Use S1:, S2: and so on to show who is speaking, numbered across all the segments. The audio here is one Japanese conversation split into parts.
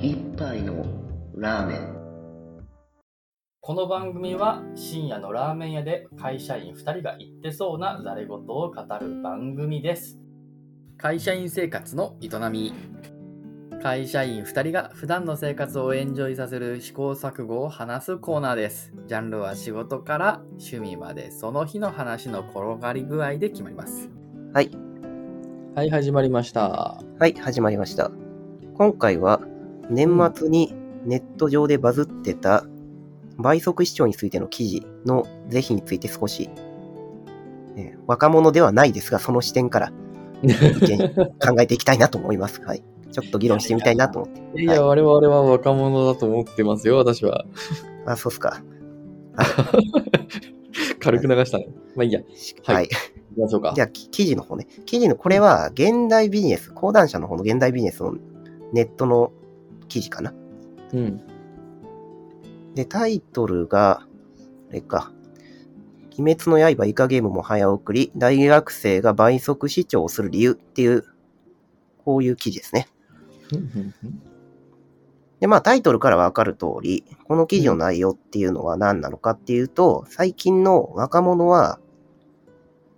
S1: 一杯のラーメン
S2: この番組は深夜のラーメン屋で会社員2人が言ってそうなざれ言を語る番組です
S3: 会社員生活の営み
S2: 会社員2人が普段の生活をエンジョイさせる試行錯誤を話すコーナーですジャンルは仕事から趣味までその日の話の転がり具合で決まります
S1: はい
S2: はい始まりました
S1: はい始まりました今回は年末にネット上でバズってた倍速視聴についての記事の是非について少し、えー若者ではないですがその視点から意見考えていきたいなと思い ますはいちょっと議論してみたいなと思って
S3: いや、我々は若者だと思ってますよ私は
S1: あそうっすか
S3: 軽く流したねまあいいや行はい
S1: はい
S3: きましょうか
S1: じゃあ、き記事の方ね。記事の、これは、現代ビジネス、講談社の方の現代ビジネスのネットの記事かな。
S3: うん
S1: で、タイトルが、あれか。鬼滅の刃イカゲームも早送り、大学生が倍速視聴をする理由っていう、こういう記事ですね。で、まあタイトルからわかる通り、この記事の内容っていうのは何なのかっていうと、最近の若者は、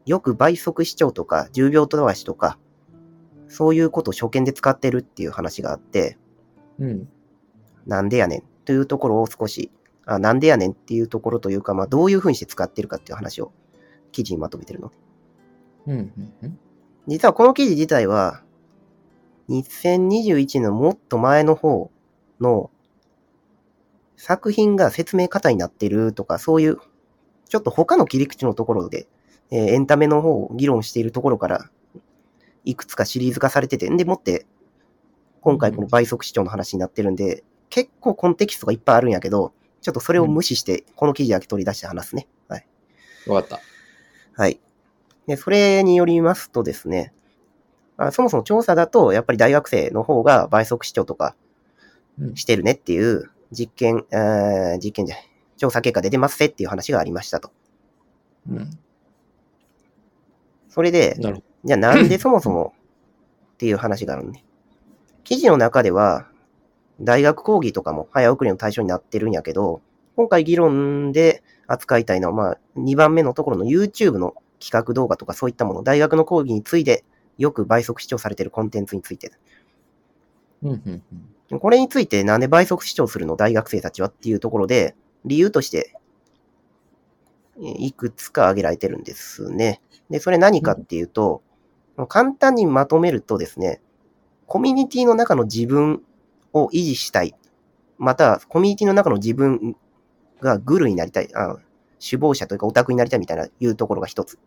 S1: よく倍速視聴とか10秒飛ばしとか、そういうことを初見で使ってるっていう話があって、
S3: うん
S1: なんでやねんというところを少し、あなんでやねんっていうところというか、まあどういうふうにして使ってるかっていう話を記事にまとめてるの。
S3: うんうん
S1: 実はこの記事自体は、2021のもっと前の方の作品が説明方になってるとか、そういう、ちょっと他の切り口のところで、えーエンタメの方を議論しているところから、いくつかシリーズ化されてて、んでもって、今回この倍速視聴の話になってるんで、結構コンテキストがいっぱいあるんやけど、ちょっとそれを無視して、この記事だけ取り出して話すね。はい。
S3: わかった
S1: はい。で、それによりますとですね、あそもそも調査だと、やっぱり大学生の方が倍速視聴とか
S3: うん
S1: してるねっていう実験、えー実験じゃない、調査結果出てますぜっていう話がありましたと。
S3: うん
S1: それで、
S3: なるほ
S1: じゃあなんでそもそもっていう話があるのね。記事の中では、大学講義とかも早送りの対象になってるんやけど、今回議論で扱いたいのは、まあ、2番目のところの YouTube の企画動画とかそういったもの、大学の講義についてよく倍速視聴されてるコンテンツについて。
S3: どうんうん
S1: これについてなんで倍速視聴するの大学生たちはっていうところで、理由として、えいくつか挙げられてるんですね。で、それ何かっていうと、簡単にまとめるとですね、コミュニティの中の自分を維持したい。また、コミュニティの中の自分がグルになりたい。あ首謀者というかオタクになりたいみたいないうところが一つ。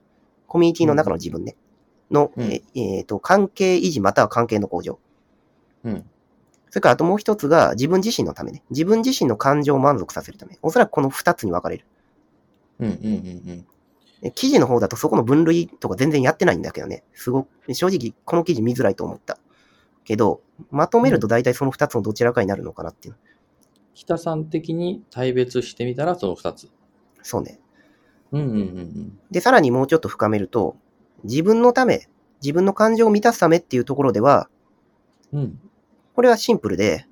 S1: コミュニティの中の自分ね。の、
S3: うん
S1: ええーと、関係維持または関係の向上。
S3: うん
S1: それからあともう一つが自分自身のためね。自分自身の感情を満足させるため。おそらくこの二つに分かれる。
S3: うんうん
S1: え記事の方だとそこの分類とか全然やってないんだけどね。すごく、正直この記事見づらいと思った。けど、まとめると大体その二つのどちらかになるのかなっていう。
S3: 北さん的に対別してみたらその2つ
S1: そうね。
S3: うんうんうん
S1: で、さらにもうちょっと深めると、自分のため、自分の感情を満たすためっていうところでは、
S3: うんうん
S1: これはシンプルで、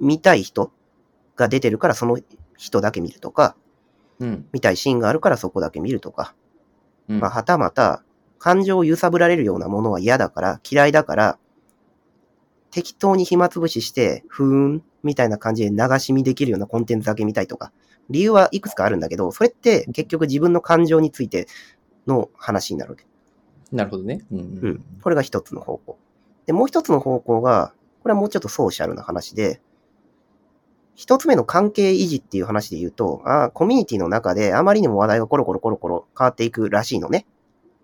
S1: 見たい人が出てるからその人だけ見るとか、
S3: うん
S1: 見たいシーンがあるからそこだけ見るとか、
S3: うん
S1: まあ、はたまた、感情を揺さぶられるようなものは嫌だから、嫌いだから、適当に暇つぶしして、ふーん、みたいな感じで流し見できるようなコンテンツだけ見たいとか、理由はいくつかあるんだけど、それって結局自分の感情についての話になるわけ。
S3: なるほどねうんう
S1: うんん。これが一つの方向。で、もう一つの方向が、これはもうちょっとソーシャルな話で、一つ目の関係維持っていう話で言うと、あーコミュニティの中であまりにも話題がコロコロコロコロ変わっていくらしいのね。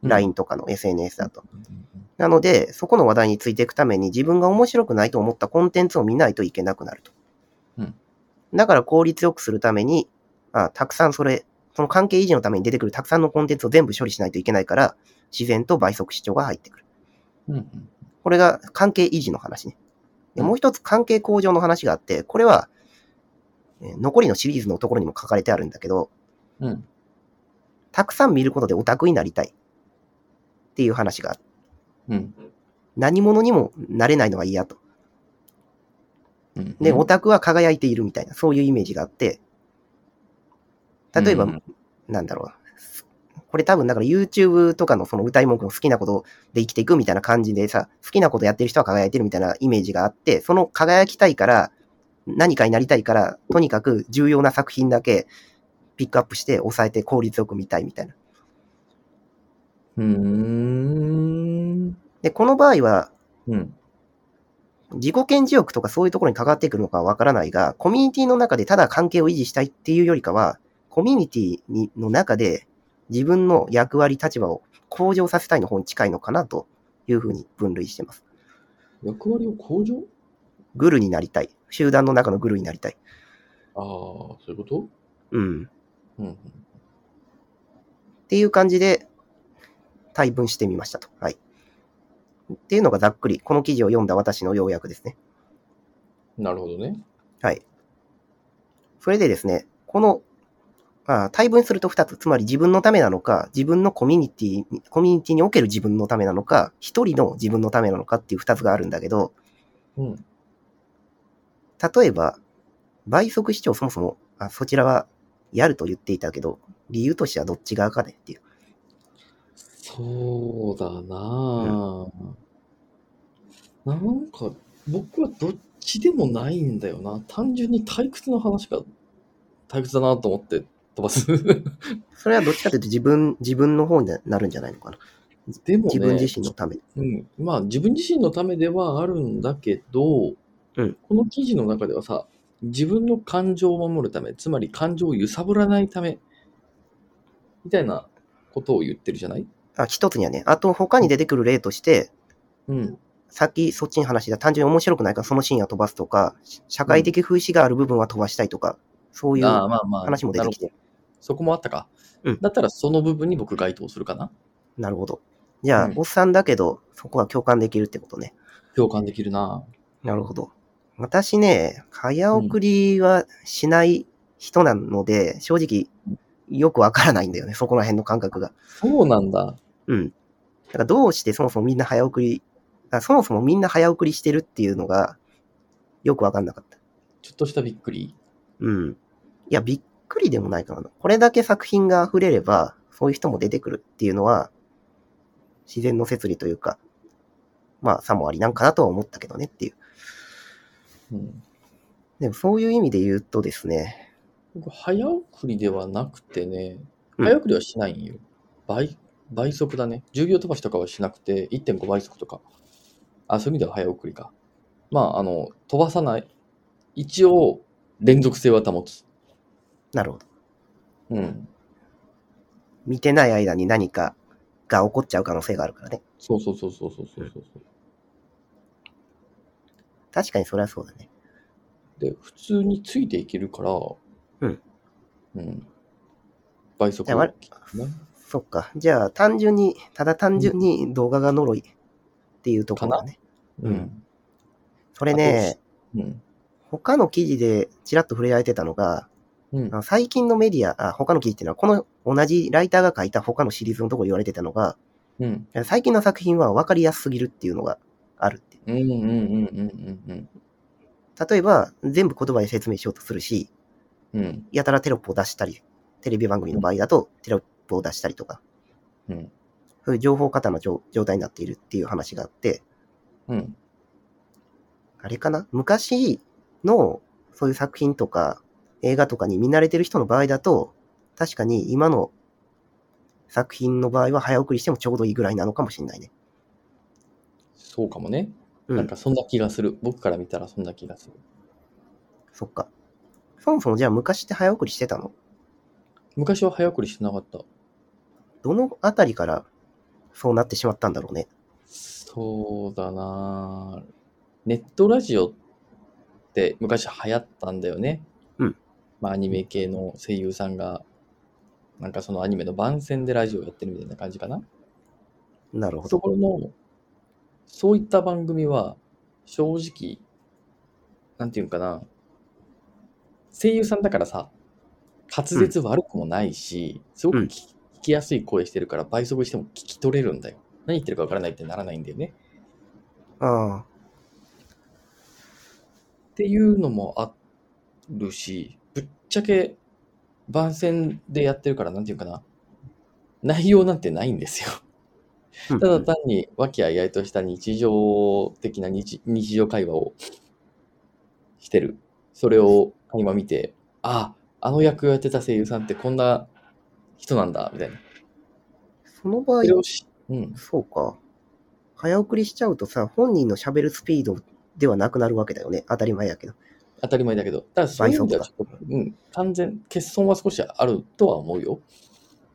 S3: うん
S1: LINE とかの SNS だと。なので、そこの話題についていくために自分が面白くないと思ったコンテンツを見ないといけなくなると。
S3: うん
S1: だから効率よくするために、あたくさんそれ、その関係維持のために出てくるたくさんのコンテンツを全部処理しないといけないから、自然と倍速視聴が入ってくる。
S3: うんうん
S1: これが関係維持の話ね。でもう一つ関係向上の話があって、これは、えー残りのシリーズのところにも書かれてあるんだけど、
S3: うん
S1: たくさん見ることでオタクになりたいっていう話があって
S3: うん
S1: 何者にもなれないのが嫌と。
S3: うん
S1: で、オタクは輝いているみたいな、そういうイメージがあって、例えば、
S3: うん
S1: なんだろう。これ多分だから YouTube とかのその歌い文句の好きなことで生きていくみたいな感じでさ、好きなことやってる人は輝いてるみたいなイメージがあって、その輝きたいから、何かになりたいから、とにかく重要な作品だけピックアップして抑えて効率よく見たいみたいな。
S3: うーん。
S1: で、この場合は
S3: うん。
S1: 自己顕示欲とかそういうところに関わってくるのかはわからないが、コミュニティの中でただ関係を維持したいっていうよりかは、コミュニティにの中で自分の役割、立場を向上させたいの方に近いのかなというふうに分類してます。
S3: 役割を向上
S1: グルになりたい。集団の中のグルになりたい。
S3: ああ、そういうこと
S1: うん。
S3: うんうん。
S1: っていう感じで、対分してみましたと。はい。っていうのがざっくり、この記事を読んだ私の要約ですね。
S3: なるほどね。
S1: はい。それでですね、この、まあ、対分すると2つ、つまり自分のためなのか、自分のコミュニティに、コミュニティにおける自分のためなのか、一人の自分のためなのかっていう2つがあるんだけど、
S3: うん。
S1: 例えば、倍速視聴そもそも、あそちらはやると言っていたけど、理由としてはどっち側かねっていう。
S3: そうだなあ、なんか、僕はどっちでもないんだよな。単純に退屈の話が退屈だなと思って飛ばす。
S1: それはどっちかというと自分、自分の方になるんじゃないのかな。
S3: でも、ね、
S1: 自分自身のため。
S3: うん、まあ自分自身のためではあるんだけど、
S1: うん
S3: この記事の中ではさ自分の感情を守るためつまり感情を揺さぶらないためみたいなことを言ってるじゃない、
S1: あ、一つにはね。あと他に出てくる例として、
S3: うん、
S1: さっきそっちの話だ。単純に面白くないからそのシーンは飛ばすとか、し社会的風刺がある部分は飛ばしたいとか、そういう
S3: ああまあまあ
S1: 話も出てきて
S3: なるほどそこもあったか、
S1: うん
S3: だったらその部分に僕該当するかな
S1: なるほど。じゃあ、
S3: うん
S1: おっさんだけど、そこは共感できるってことね。
S3: 共感できるな
S1: なるほど。私ね、早送りはしない人なので、正直、よくわからないんだよね。そこら辺の感覚が。
S3: そうなんだ
S1: うん。だからどうしてそもそもみんな早送り、あそもそもみんな早送りしてるっていうのが、よくわかんなかった。
S3: ちょっとしたびっくり
S1: うん。いや、びっくりでもないかな。これだけ作品が溢れれば、そういう人も出てくるっていうのは、自然の摂理というか、まあ、さもありなんかなとは思ったけどねっていう。
S3: うん
S1: でも、そういう意味で言うとですね、
S3: 僕早送りではなくてね、
S1: うん
S3: 早送りはしないんよ。倍倍速だね。10秒飛ばしとかはしなくて、1.5倍速とか。あ、そういう意味では早送りか。まあ、あの、飛ばさない。一応、連続性は保つ。
S1: なるほど。
S3: うん。
S1: 見てない間に何かが起こっちゃう可能性があるからね。
S3: そうそうそうそうそうそうそう。
S1: 確かにそれはそうだね。
S3: で、普通についていけるから、
S1: うん。
S3: うん。倍速
S1: じゃあわ
S3: ね。
S1: そっか。じゃあ、単純に、ただ単純に動画が呪いっていうところだね。
S3: う
S1: うん
S3: ん。
S1: それね、
S3: うん。
S1: 他の記事でちらっと触れられてたのが、
S3: うん
S1: あ。の最近のメディア、あ他の記事っていうのは、この同じライターが書いた他のシリーズのところ言われてたのが、
S3: うん。
S1: 最近の作品は分かりやすすぎるっていうのがあるって。
S3: うん。うん。うん。うん。うん。
S1: 例えば、全部言葉で説明しようとするし、
S3: うん。
S1: やたらテロップを出したり、テレビ番組の場合だとテロップを出したりとか、
S3: うん。
S1: そういう情報過多な状状態になっているっていう話があって、
S3: うん。
S1: あれかな昔のそういう作品とか映画とかに見慣れてる人の場合だと、確かに今の作品の場合は早送りしてもちょうどいいぐらいなのかもしれないね。
S3: そうかもね。
S1: うん
S3: なんかそんな気がする。僕から見たらそんな気がする。
S1: そっか。そもそもじゃあ昔って早送りしてたの
S3: 昔は早送りしてなかった。
S1: どのあたりからそうなってしまったんだろうね。
S3: そうだなぁネットラジオって昔流行ったんだよね。
S1: うん。
S3: まあアニメ系の声優さんが、なんかそのアニメの番宣でラジオやってるみたいな感じかな。
S1: なるほ
S3: と
S1: ど。
S3: ころの、そういった番組は、正直、なんていうのかな、声優さんだからさ、滑舌悪くもないし、すごく
S1: うん
S3: 聞き聞きやすい声してるから、倍速しても聞き取れるんだよ。何言ってるかわからないってならないんだよね。
S1: ああ。
S3: っていうのもあるし、ぶっちゃけ番宣でやってるから、なんていうかな、内容なんてないんですよ。
S1: うん
S3: ただ単に和気あいあいとした日常的な日日常会話をしてる。それを今見て、あ、あの役をやってた声優さんってこんな人なんだ、みたいな。
S1: その場合
S3: そ、れをしうん、
S1: そうか。早送りしちゃうとさ、本人の喋るスピードではなくなるわけだよね。当たり前やけど。
S3: 当たり前だけど、ただそう
S1: 倍
S3: いう意
S1: 速
S3: 味では
S1: だ
S3: ち。ょっと、うん、完全、欠損は少しあるとは思うよ。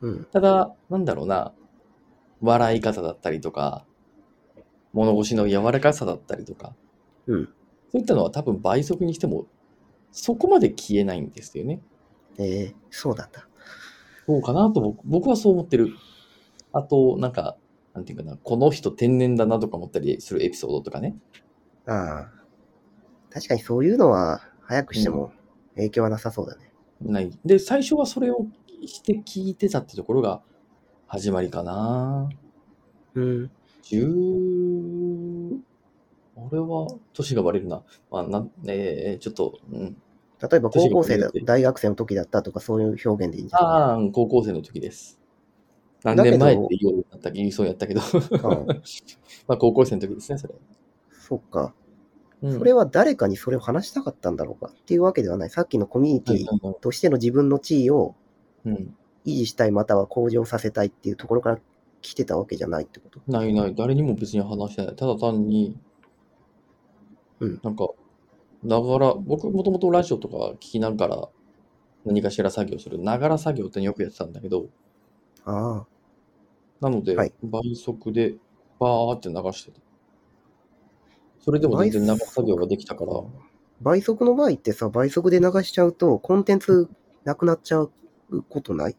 S1: うん。
S3: ただ、なんだろうな、笑い方だったりとか、物腰の柔らかさだったりとか、
S1: うん。
S3: そういったのは多分倍速にしても、そこまで消えないんですよね。
S1: えー、そうなんだ。
S3: そうかなと僕僕はそう思ってる。あと、なんか、なんていうかな、この人天然だなとか思ったりするエピソードとかね。
S1: ああ。確かにそういうのは、早くしても影響はなさそうだね。
S3: ない。で、最初はそれをして聞いてたってところが始まりかな。
S1: うん。
S3: 10、俺は年がバレるな。まあ、なんえーちょっと、うん。
S1: 例えば高校生だ
S3: 私がこれ言う、て
S1: 大学生の時だったとかそういう表現でいいんじゃない
S3: ああ、高校生の時です。何
S1: だけど
S3: 年前って言おうだった言いそうやったけど、
S1: うん
S3: まあ高校生の時ですね、それ。
S1: そうか。
S3: うん
S1: それは誰かにそれを話したかったんだろうかっていうわけではない。さっきのコミュニテ
S3: はい
S1: ィとしての自分の地位を
S3: うん。
S1: 維持したいまたは向上させたいっていうところから来てたわけじゃないってこと。
S3: ないない、誰にも別に話してない。ただ単に、
S1: うん
S3: なんか、ながら、僕もともとラジオとか聞きながら、何かしら作業する。ながら作業ってよくやってたんだけど、
S1: ああ。
S3: なので、
S1: はい
S3: 倍速でバーって流してた。それでも全然流す作業ができたから、
S1: 倍速の場合ってさ、倍速で流しちゃうとコンテンツなくなっちゃうことない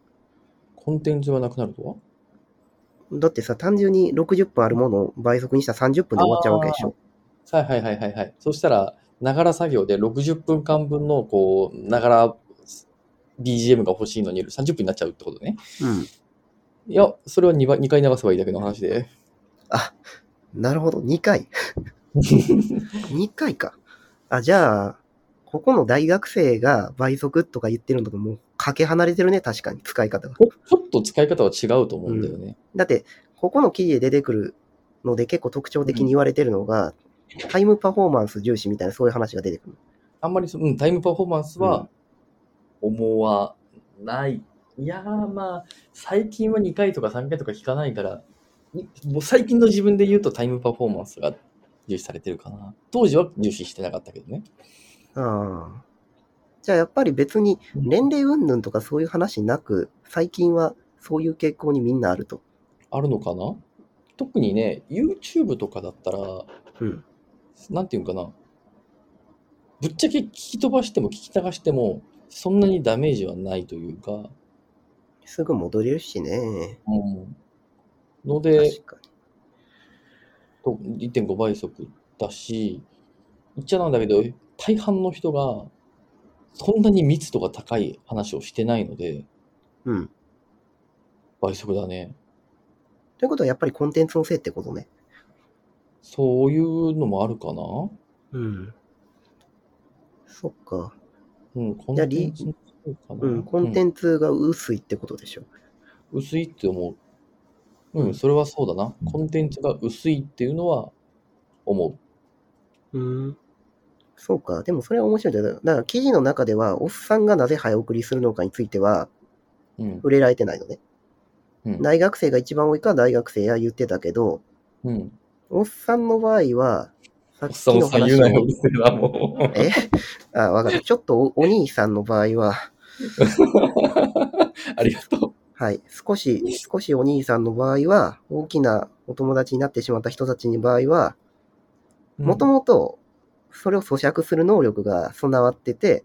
S3: コンテンツがなくなるとは
S1: だってさ、単純に60分あるものを倍速にしたら30分で終わっちゃうわけでしょ。
S3: はいはいはいはいはい。そしたら、ながら作業で60分間分の、こう、ながら BGM が欲しいのに30分になっちゃうってことね。
S1: うん。
S3: いや、それは 2, 2回流せばいいだけの話で。
S1: あ、なるほど。2回。2回か。あ、じゃあ、ここの大学生が倍速とか言ってるのともうかけ離れてるね、確かに、使い方が。
S3: ちょちょっと使い方は違うと思うんだよね。
S1: だって、ここの記事で出てくるので結構特徴的に言われてるのが、タイムパフォーマンス重視みたいなそういう話が出てくる。
S3: あんまりそ、うん、タイムパフォーマンスは思わない。いやーまあ、最近は2回とか3回とか聞かないから、にもう最近の自分で言うとタイムパフォーマンスが重視されてるかな。当時は重視してなかったけどね。
S1: ああ。じゃあやっぱり別に年齢云々とかそういう話なく、最近はそういう傾向にみんなあると。
S3: あるのかな特にね、YouTube とかだったら、
S1: うん。
S3: なんていうのかな。ぶっちゃけ聞き飛ばしても聞き流しても、そんなにダメージはないというか、
S1: すぐ戻れるしね。
S3: うん、ので、
S1: 確かに。
S3: と1.5倍速だし、言っちゃなんだけど、大半の人がそんなに密度が高い話をしてないので、
S1: うん。
S3: 倍速だね。
S1: ということはやっぱりコンテンツのせいってことね。
S3: そういうのもあるかな
S1: うん。そっか。
S3: うん、コン
S1: じゃあ
S3: テ
S1: リ
S3: ンツのせいかな。
S1: うん、コンテンツが薄いってことでしょ。
S3: うん薄いって思う。うん、それはそうだな。コンテンツが薄いっていうのは思う。
S1: うん。そうか。でもそれは面白いんだよ。だから記事の中では、おっさんがなぜ早送りするのかについては、
S3: うん。
S1: 触れられてないのね。
S3: うん
S1: 大学生が一番多いから大学生や言ってたけど、
S3: うん。
S1: おっさんの場合は、さっ
S3: おっさんおっさん言うなよ、うるせえな、もう。
S1: え あ、わかる。ちょっとおお兄さんの場合は、
S3: ありがと
S1: はい。少し、少しお兄さんの場合は、大きなお友達になってしまった人たちの場合は、
S3: う。
S1: もともと、それを咀嚼する能力が備わってて、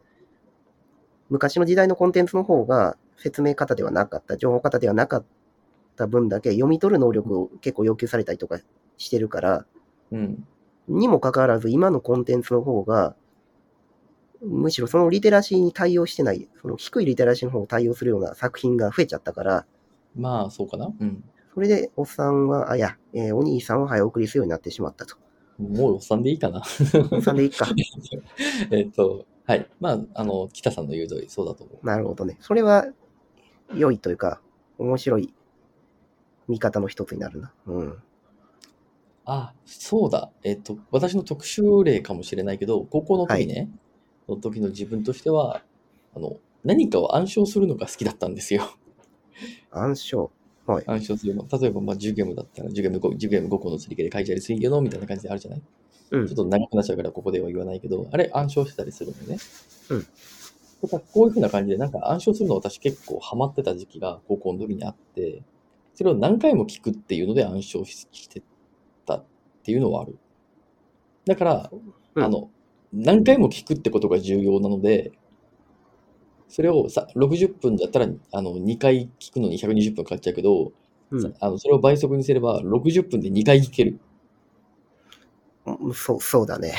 S1: 昔の時代のコンテンツの方が説明方ではなかった、情報方ではなかった分だけ読み取る能力を結構要求されたりとかしてるから、
S3: うん。
S1: にもかかわらず今のコンテンツの方が、むしろそのリテラシーに対応してない、その低いリテラシーの方を対応するような作品が増えちゃったから、
S3: まあ、そうかな。うん。
S1: それでおっさんは、あ、いや、えーお兄さんは早送りするようになってしまったと。
S3: もうおっさんでいいかな。
S1: それでいいか。
S3: えっと、はい。まあ、あの、北さんの言う通り、そうだと思う。
S1: なるほどね。それは、良いというか、面白い見方の一つになるな。うん。
S3: あ、そうだ。えっと、私の特殊例かもしれないけど、高校の時ね、の時の自分としては、あの、何かを暗唱するのが好きだったんですよ。
S1: 暗証。はい。
S3: 暗唱するの。例えば、まあ、10ゲームだったら、10ゲーム 5, 10ゲーム5個の釣り切れ書いてありすぎのみたいな感じであるじゃない
S1: うん
S3: ちょっ。と長くなっちゃうからここでは言わないけど、あれ暗唱してたりするのね。
S1: うん
S3: とか。こういうふうな感じで、なんか暗唱するの私結構ハマってた時期が高校の時にあって、それを何回も聞くっていうので暗唱ししてたっていうのはある。だから、
S1: うん
S3: あの、何回も聞くってことが重要なので、それをさ60分だったらあの2回聞くのに120分かかっちゃうけど、
S1: うん
S3: あのそれを倍速にすれば60分で2回聞ける。
S1: うん、そう、そうだね。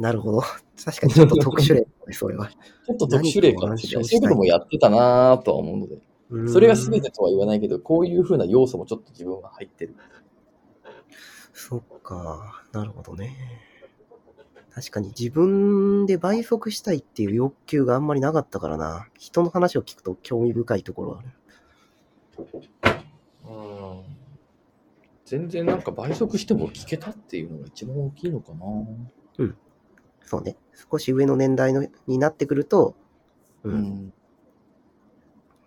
S1: なるほど。確かにちょっと特殊例だね、それ は。
S3: ちょっと特殊例かもしれない。そういうこともやってたなぁとは思うので。
S1: うん
S3: それが全てとは言わないけど、こういうふうな要素もちょっと自分は入ってる。
S1: そっか、なるほどね。確かに自分で倍速したいっていう欲求があんまりなかったからな。人の話を聞くと興味深いところはある。
S3: うん。全然なんか倍速しても聞けたっていうのが一番大きいのかな
S1: そうね。少し上の年代のになってくると、う。
S3: うんん。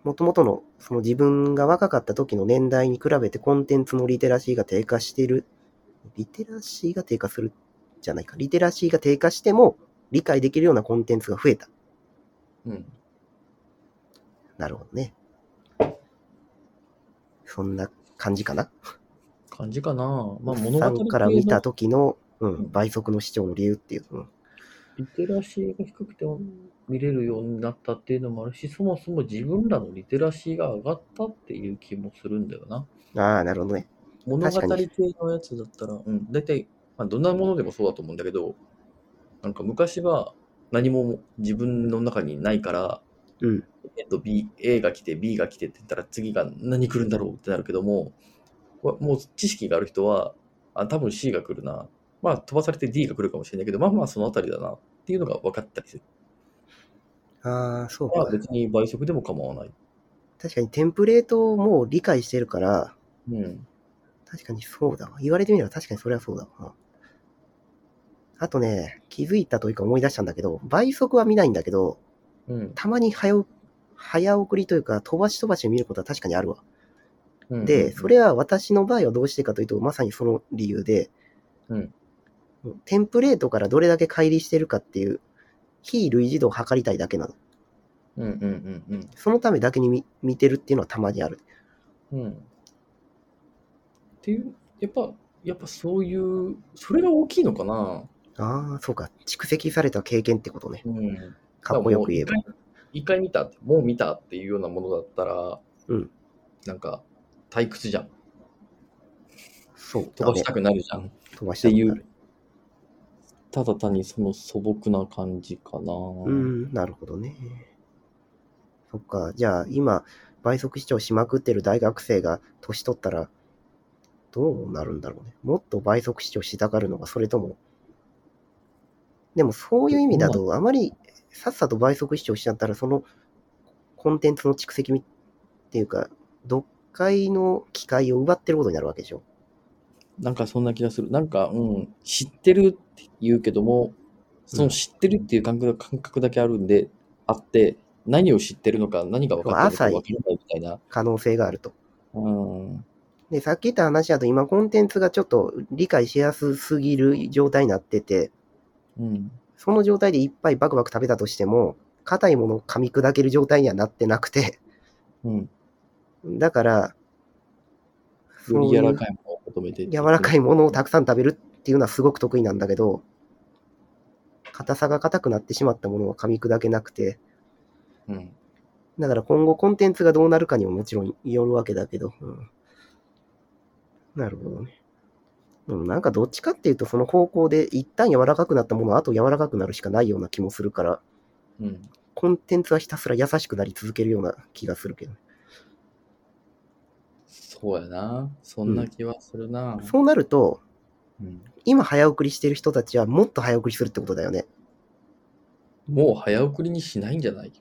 S1: もともとの、その自分が若かった時の年代に比べてコンテンツのリテラシーが低下してる。リテラシーが低下するじゃないか。リテラシーが低下しても理解できるようなコンテンツが増えた。
S3: うん。
S1: なるほどね。そんな感じかな。
S3: 感じかなまあ物
S1: さ
S3: 語
S1: んから見た
S3: と。
S1: 時の、う
S3: うん
S1: ん、倍速の視聴の理由っていう。うん
S3: リテラシーが低くても見れるようになったっていうのもあるし、そもそも自分らのリテラシーが上がったっていう気もするんだよな。
S1: ああ、なるほどね。
S3: 物語
S1: 確かに
S3: 系のやつだったら、うん、大体、まあ、どんなものでもそうだと思うんだけど、なんか昔は何も自分の中にないから、
S1: うん。
S3: A と B、A が来て B が来てって言ったら次が何来るんだろうってなるけども、これもう知識がある人は、あ、多分 C が来るな。まあ飛ばされて D が来るかもしれないけど、まあまあそのあたりだなっていうのが分かったりする。
S1: ああ、そう
S3: まあ
S1: か。
S3: 別に倍速でも構わない。
S1: 確かにテンプレートをもう理解してるから、
S3: うん。
S1: 確かにそうだわ。言われてみれば確かにそれはそうだわ。あとね、気づいたというか思い出したんだけど、倍速は見ないんだけど、
S3: うん。
S1: たまに早お早送りというか、飛ばし飛ばしで見ることは確かにあるわ。
S3: うん
S1: で、そ、れは私の場合はどうしてかというと、まさにその理由で、
S3: うん
S1: テンプレートからどれだけ乖離してるかっていう、非類似度を測りたいだけなの。
S3: うんうんうん
S1: そのためだけに見見てるっていうのはたまにある。
S3: うん。うん。っていう、やっぱ、やっぱそういう、それが大きいのかな。
S1: ああ、そうか。蓄積された経験ってことね。
S3: うん。
S1: かっこよく言えば。
S3: だからもう一回。一回見たって、もう見たっていうようなものだったら、
S1: うん
S3: なんか、退屈じゃん。
S1: そう
S3: 飛ばしたくなるじゃん。っ
S1: 飛ばしてたく
S3: い
S1: なる
S3: う。。ただ単にその素朴な感じかな。
S1: う。ん、なるほどね。そっか。じゃあ、今、倍速視聴しまくってる大学生が年取ったら、どうなるんだろうね。もっと倍速視聴したがるのか、それとも。でも、そういう意味だと、あまり、さっさと倍速視聴しちゃったら、その、コンテンツの蓄積みっていうか、読解の機会を奪ってることになるわけでしょ。
S3: なんかそんな気がする。なんか、うん、知ってるって言うけども、その知ってるっていう感覚感覚だけあるんで、あって、何を知ってるのか、何が分かってるのか分からないみたいな。
S1: 可能性があると。
S3: うん。
S1: で、さっき言った話だと、今、コンテンツがちょっと理解しやすすぎる状態になってて、
S3: うん。
S1: その状態でいっぱいバクバク食べたとしても、硬いものを噛み砕ける状態にはなってなくて、
S3: うん。
S1: だから、
S3: より柔らか
S1: い
S3: いものを求めてってう。
S1: 柔らかいものをたくさん食べるっていうのはすごく得意なんだけど、硬さが硬くなってしまったものは噛み砕けなくて、
S3: うん。
S1: だから今後コンテンツがどうなるかにももちろんよるわけだけど、うん、なるほどね。でもなんかどっちかっていうとその方向で一旦柔らかくなったものはあと柔らかくなるしかないような気もするから、
S3: うん。
S1: コンテンツはひたすら優しくなり続けるような気がするけど、ね、
S3: そうやな。そんな気はするな。
S1: そうなると、
S3: うん
S1: 今早送りしてる人たちはもっと早送りするってことだよね。
S3: もう早送りにしないんじゃない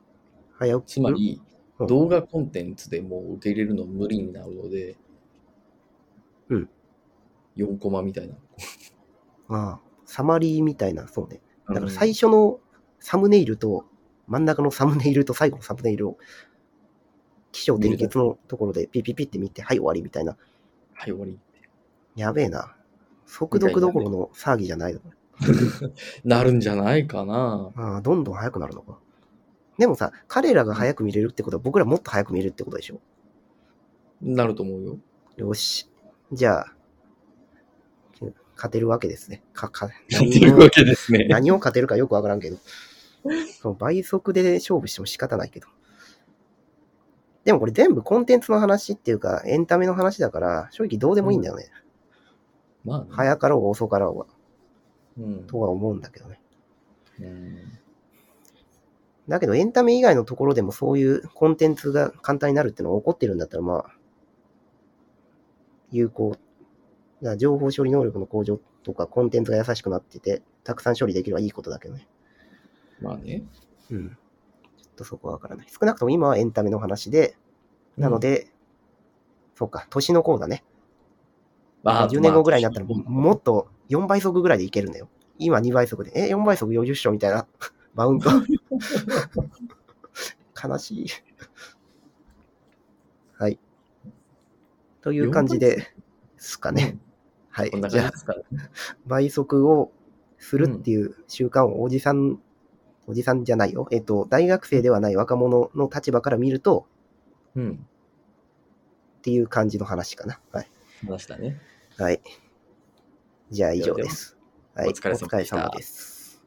S1: 早送り。
S3: つまり、
S1: うん
S3: 動画コンテンツでもう受け入れるの無理になるので、
S1: うん。
S3: 4コマみたいな。
S1: ああ、サマリーみたいな、そうね。だから最
S3: 初、
S1: 初のサムネイルと、真ん中のサムネイルと最後のサムネイルを、起承転結のところでピピピって見て、はい、終わりみたいな。
S3: はい、終わり。
S1: やべえな。速読どころの騒ぎじゃないの。
S3: なるんじゃないかな。
S1: ああ、どんどん速くなるのか。でもさ、彼らが早く見れるってことは、僕らもっと早く見れるってことでしょ。
S3: なると思うよ。
S1: よし。じゃあ、勝てるわけですね。か、か、
S3: けですね
S1: 何を勝てるかよくわからんけど。その倍速で勝負しても仕方ないけど。でもこれ全部コンテンツの話っていうか、エンタメの話だから、正直どうでもいいんだよね。
S3: まあね、
S1: 早かろうが遅かろうが、
S3: うん
S1: とは思うんだけどね。
S3: うん
S1: だけどエンタメ以外のところでもそういうコンテンツが簡単になるってのは起こってるんだったら、まあ、有効。だから情報処理能力の向上とか、コンテンツが優しくなってて、たくさん処理できるはいいことだけどね。
S3: まあね。
S1: うん。ちょっとそこはわからない。少なくとも今はエンタメの話で、なので、そうか、年の頃だね。
S3: まあ、
S1: 10年後ぐらいになったら、
S3: まあ
S1: もっと4倍速ぐらいでいけるんだよ。今2倍速で、え、4倍速40章みたいな、 マウント。悲しい。はい。という感じですかね。はい
S3: こん。な
S1: じ
S3: 感
S1: ゃ
S3: じ
S1: あ
S3: で、すから。
S1: 倍速をするっていう習慣をおじさん、おじさんじゃないよ。えっと、大学生ではない若者の立場から見ると、
S3: うん。
S1: っていう感じの話かな。はい。
S3: 話だね。
S1: はい。じゃあ以上です。
S3: は
S1: はいい。
S3: お疲れ様でした
S1: お疲れ様です。